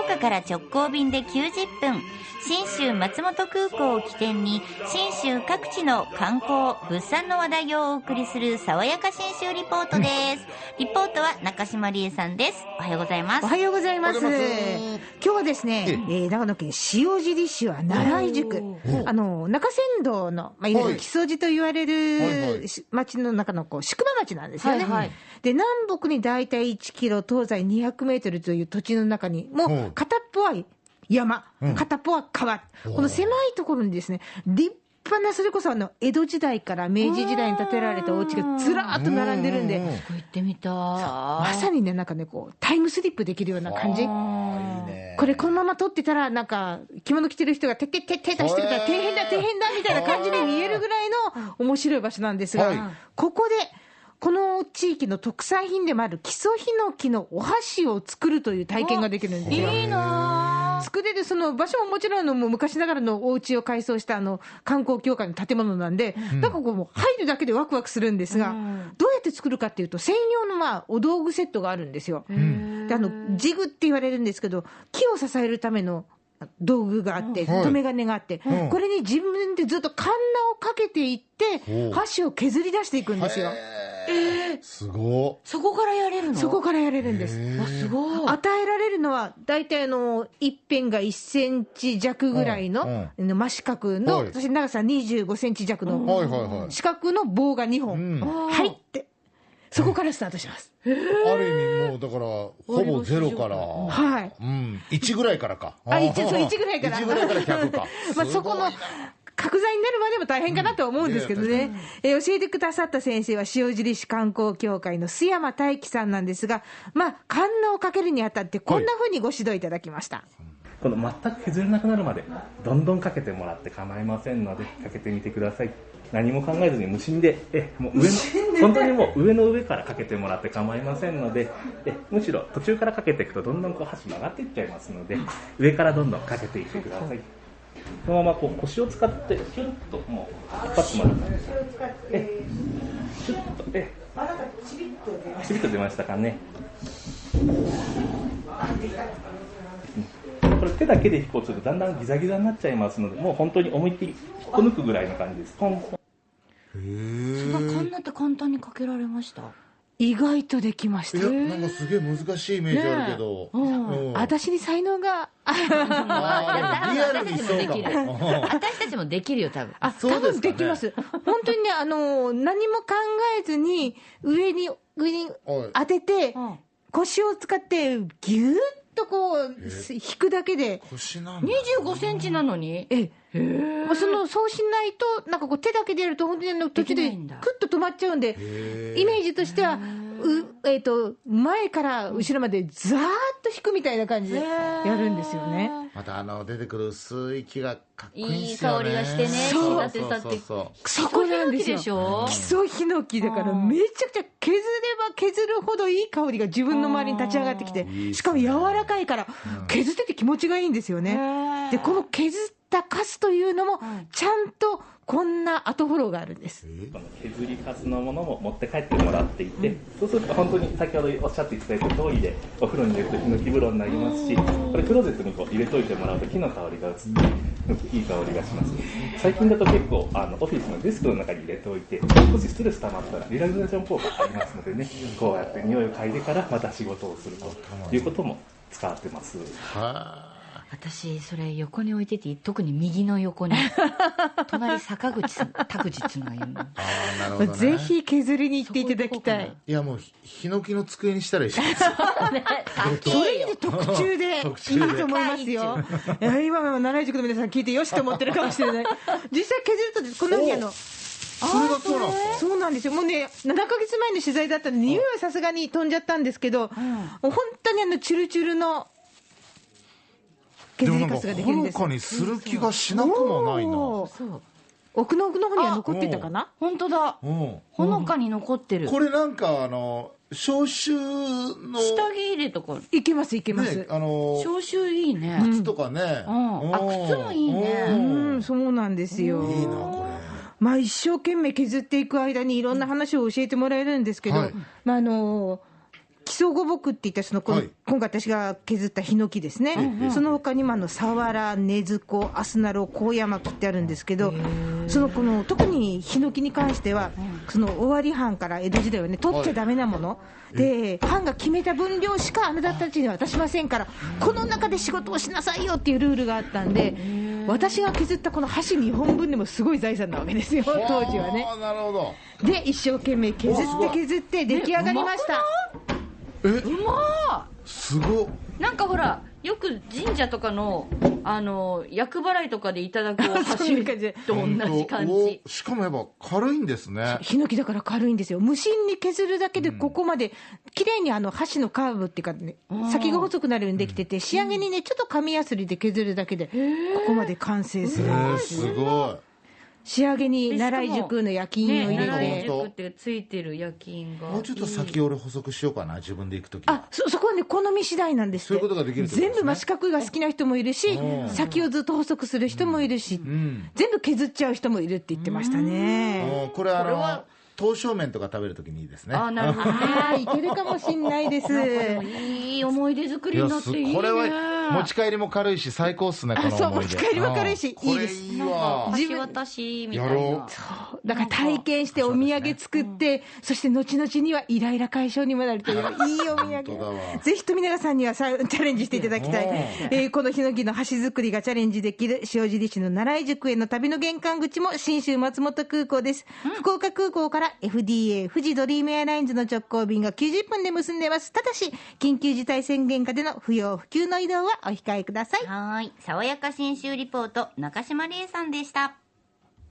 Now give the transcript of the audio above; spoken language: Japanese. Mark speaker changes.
Speaker 1: 岡から直行便で90分、新州松本空港を起点に、新州各地の観光、物産の話題をお送りする、爽やか新州リポート です。リポートは中島理恵さんです。おはようございます
Speaker 2: お。はようございます。
Speaker 3: おは
Speaker 2: 今
Speaker 3: ようございます
Speaker 2: 日はですね、えー長野県塩尻市は奈良井塾
Speaker 3: お、
Speaker 2: あの中山道の、まあ、いわゆ
Speaker 3: は
Speaker 2: る
Speaker 3: い
Speaker 2: 木曽路と言われ
Speaker 3: はいは
Speaker 2: る
Speaker 3: い
Speaker 2: し町の中のこう宿場町なんですよね。
Speaker 4: はいはい
Speaker 2: で南北に大体1キロ、東西200メートルという土地の中に、も
Speaker 3: は
Speaker 2: う
Speaker 3: い
Speaker 2: 片っぽは山、
Speaker 3: うん
Speaker 2: 片っぽは川、
Speaker 3: お
Speaker 2: この狭いところにですね、立派なそれこそあの江戸時代から明治時代に建てられたお家がずらーっと並んでるんで。
Speaker 3: うう
Speaker 4: 行ってみたい。
Speaker 2: まさにね、なんかね、こう、タイムスリップできるような感じ。
Speaker 3: あーいいね
Speaker 2: これこのまま撮ってたら、なんか、着物着てる人が、てってってって出してくるから、
Speaker 3: へー
Speaker 2: 底辺だ、底辺だ、みたいな感じで見えるぐらいの面白い場所なんですが、
Speaker 3: はい
Speaker 2: ここで、この地域の特産品でもある木曽ヒノキのお箸を作るという体験ができるんですよ。
Speaker 4: いいな
Speaker 2: 作れるその場所ももちろんあのもう昔ながらのお家を改装したあの観光協会の建物なんで、なんかこうもう入るだけでワクワクするんですが、どうやって作るかっていうと専用のまあお道具セットがあるんですよ。であのジグって言われるんですけど木を支えるための道具があって、
Speaker 3: はい
Speaker 2: 留め金があって、
Speaker 3: うん
Speaker 2: これに自分でずっとカンナをかけていって
Speaker 3: お
Speaker 2: 箸を削り出していくんですよ。
Speaker 3: へーすご
Speaker 4: そこからやれるの
Speaker 2: そこからやれるんで
Speaker 3: い
Speaker 2: す。
Speaker 4: わ、すごい。
Speaker 2: 与えられるのは、大体あの一辺が1センチ弱ぐらいの、
Speaker 3: うんうん
Speaker 2: あの真四角の、
Speaker 3: はい
Speaker 2: 私、長さ25センチ弱の、
Speaker 3: はいはいはい
Speaker 2: 四角の棒が2
Speaker 3: うん
Speaker 2: 本、
Speaker 4: あー
Speaker 2: 入って、そこからスタートします。
Speaker 3: ある意味もうだからほぼゼロから
Speaker 2: はい
Speaker 3: うん1ぐらいからか
Speaker 2: あ一そう一ぐらいから
Speaker 3: 1ぐらいから100か
Speaker 2: まあ、そこの角材になるまでも大変かなとは思うんですけどね、えー教えてくださった先生は塩尻市観光協会の須山大樹さんなんですが、まあ、観音をかけるにあたって、こんなふうにご指導いただきました。
Speaker 5: この全く削れなくなるまでどんどんかけてもらって構いませんのでかけてみてください何も考えずに無心でえもう上の本当にもう上の上からかけてもらって構いませんのでえむしろ途中からかけていくとどんどんこう箸曲がっていっちゃいますので上からどんどんかけていってくださいそのままこう腰を使ってキュッともう引っ張ってもらってえキュッとえちびっと出ましたかねこれ手だけで引こうとするとだんだんギザギザになっちゃいますのでもう本当に思いっきり引っこ抜くぐらいの感じですポンポン
Speaker 4: そんなカンナって簡単にかけられました。
Speaker 2: 意外とできまし
Speaker 3: い
Speaker 2: た
Speaker 3: や。なんかすげえ難しいイメージあるけどうん
Speaker 2: 私に才能があ
Speaker 3: あーリアルにそうかも
Speaker 4: 私たちもできるよ、多分。
Speaker 2: あ、
Speaker 3: そう
Speaker 2: 多
Speaker 3: で
Speaker 2: 分
Speaker 3: すか
Speaker 2: で
Speaker 3: ね
Speaker 2: きます。本当にね、あのー、何も考えずに、上に、上に
Speaker 3: はい
Speaker 2: 当てて、
Speaker 4: うん
Speaker 2: 腰を使って、ぎゅーっとこう、
Speaker 3: ー
Speaker 2: 引くだけで、
Speaker 3: 腰なんだ
Speaker 4: 25センチなのに
Speaker 2: ええ、もうその、そうしないと、なんかこう、手だけでやると、本当にあの途中
Speaker 4: で
Speaker 2: で、
Speaker 4: きないんだ
Speaker 2: クッと止まっちゃうんで、
Speaker 3: へー
Speaker 2: イメージとしては、うえっ、と、前から後ろまで、ざーっと引くみたいな感じで、やるんですよね。
Speaker 3: またあの出てくる薄い木がかっこいいん
Speaker 4: いい
Speaker 3: すよ
Speaker 4: 香
Speaker 3: ね
Speaker 4: りがしてね。
Speaker 3: そう
Speaker 4: だってだって
Speaker 3: そうそうそ
Speaker 2: そこなんですよ
Speaker 4: でしょ
Speaker 2: 基礎ヒノキだからめちゃくちゃ削れば削るほどいい香りが自分の周りに立ち上がってきて
Speaker 3: ー
Speaker 2: しかも柔らかいから削ってて気持ちがいいんですよねでこの削ったカスというのもちゃんとこんな後フォローがあるんです
Speaker 5: この削りかすのものも持って帰ってもらっていて、そうすると本当に先ほどおっしゃっていただいた通りでお風呂に入れるとヒノキ風呂になりますしこれクローゼットにこう入れといてもらうと木の香りが移っていい香りがします最近だと結構あのオフィスのデスクの中に入れておいて少しストレス溜まったらリラクゼーション効果がありますのでねこうやって匂いを嗅いでからまた仕事をするということも使ってます
Speaker 3: うはあ
Speaker 4: 私、それ横に置いてて、特に右の横 に。隣、坂口さん、拓司っていうのがいるの。
Speaker 3: あーなるほどね
Speaker 2: ぜひ削りに行っていただきたい
Speaker 3: いやもうひヒノキの机にしたらいいじゃないですか
Speaker 2: それで特注でいい
Speaker 3: 特注で
Speaker 2: と思いますよ。いや今の奈良井塾の皆さん聞いてよしと思ってるかもし れない。実際削るとこんなふうにあの。
Speaker 3: それがそうなんですか
Speaker 2: そうなんですよもうね、7か月前の取材だったので、匂いはさすがに飛んじゃったんですけど、もう本当にあのチュルチュルの
Speaker 3: で
Speaker 2: 削
Speaker 3: も
Speaker 2: り
Speaker 3: なん
Speaker 2: か
Speaker 3: か
Speaker 2: すができるんで
Speaker 3: ほ
Speaker 2: す
Speaker 3: のかにする気がしなくもないな
Speaker 2: おー
Speaker 4: そう。
Speaker 2: 奥の奥の方には残ってたかな、
Speaker 4: 本当だ。
Speaker 3: うん
Speaker 4: ほのかに残ってる。
Speaker 3: これなんかあの消臭の
Speaker 4: 下着入れとか、
Speaker 2: いけます、いけます、
Speaker 3: ねあの
Speaker 4: 消臭いいね。
Speaker 3: 靴とかね
Speaker 4: うん
Speaker 3: うん
Speaker 4: あ靴もいいね
Speaker 3: う
Speaker 2: うんん、そうなんですよ、
Speaker 3: いいなこ
Speaker 2: まあ、一生懸命削っていく間に、いろんな話を教えてもらえるんですけど、
Speaker 3: はい
Speaker 2: まああの基礎磯ごぼくって言ったその、こ
Speaker 3: はい
Speaker 2: 今回私が削ったヒノキですね、
Speaker 3: うんうん
Speaker 2: その他にもあのサワラ、根豆子、アスナロ、高野巻ってあるんですけど、そのこの特にヒノキに関しては、その尾張藩から江戸時代はね、取っちゃだめなもの、で藩が決めた分量しかあなたたちには渡しませんから、この中で仕事をしなさいよっていうルールがあったんで、私が削ったこの箸2本分でもすごい財産なわけですよ、当時はね。
Speaker 3: あーなるほど
Speaker 2: で一生懸命削
Speaker 3: う
Speaker 2: っ
Speaker 3: わすご
Speaker 2: て
Speaker 3: い
Speaker 2: 削って出来上がりました
Speaker 3: え
Speaker 4: うます
Speaker 3: ごっ
Speaker 4: ーなんかほらよく神社とかのあの厄払いとかでいただくお
Speaker 2: そ
Speaker 4: 刺
Speaker 2: んな
Speaker 4: 身
Speaker 2: 感じで
Speaker 4: と同じ感じ
Speaker 3: おしかもやっぱ軽いんですね
Speaker 2: ヒノキだから軽いんですよ無心に削るだけでここまで綺麗にあの箸のカーブっていうか、ね、先が細くなるようにできてて仕上げにねちょっと紙やすりで削るだけでここまで完成す
Speaker 3: え
Speaker 2: る
Speaker 3: ー、すごい
Speaker 2: 仕上げに
Speaker 4: で
Speaker 2: 奈良井塾の焼き印を入
Speaker 4: ね
Speaker 2: れて、
Speaker 4: 奈良
Speaker 3: ね
Speaker 4: 井塾ってついてる夜勤が
Speaker 3: もうちょっと先俺補足しようかな自分で行く時
Speaker 2: あそそこはね好み次第なんですって
Speaker 3: そういうことができるってことです
Speaker 2: 全
Speaker 3: ね
Speaker 2: 部真四角が好きな人もいるし先をずっと細くする人もいるし、
Speaker 3: うん
Speaker 2: 全部削っちゃう人もいるって言ってました
Speaker 3: あ
Speaker 2: ね。
Speaker 3: ーこれあ
Speaker 4: これ
Speaker 3: の
Speaker 4: は
Speaker 3: 刀削麺とか食べる時にいいですね
Speaker 4: あなる ほど
Speaker 2: ああ、いけるかもしんないです。
Speaker 4: いい思い出作
Speaker 3: い
Speaker 4: り
Speaker 3: や
Speaker 4: になっ
Speaker 3: す
Speaker 4: ていいね
Speaker 3: これは持ち帰りも軽いし最高っすねこ
Speaker 2: あ
Speaker 3: の
Speaker 2: そう
Speaker 3: 思い出
Speaker 2: 持ち帰りも軽いし
Speaker 3: うん
Speaker 2: いいです
Speaker 3: これいいわ
Speaker 4: 橋渡しみたい
Speaker 3: やろ
Speaker 4: な
Speaker 3: う
Speaker 2: だから体験してお土産作って、そして後々にはイライラ解消にもな るという、いいお土
Speaker 3: 本当だわ
Speaker 2: 産。ぜひ富永さんにはさチャレンジしていただきたい
Speaker 3: うん。
Speaker 2: えーこのヒノキの橋作りがチャレンジできる塩尻市の奈良井宿への旅の玄関口も新州松本空港です。福岡空港から FDA 富士ドリームエアラインズの直行便が90分で結んでます。ただし、緊急事態宣言下での不要不急の移動はお控えください。
Speaker 1: はーい。爽やか新州リポート、中島理恵さんでした。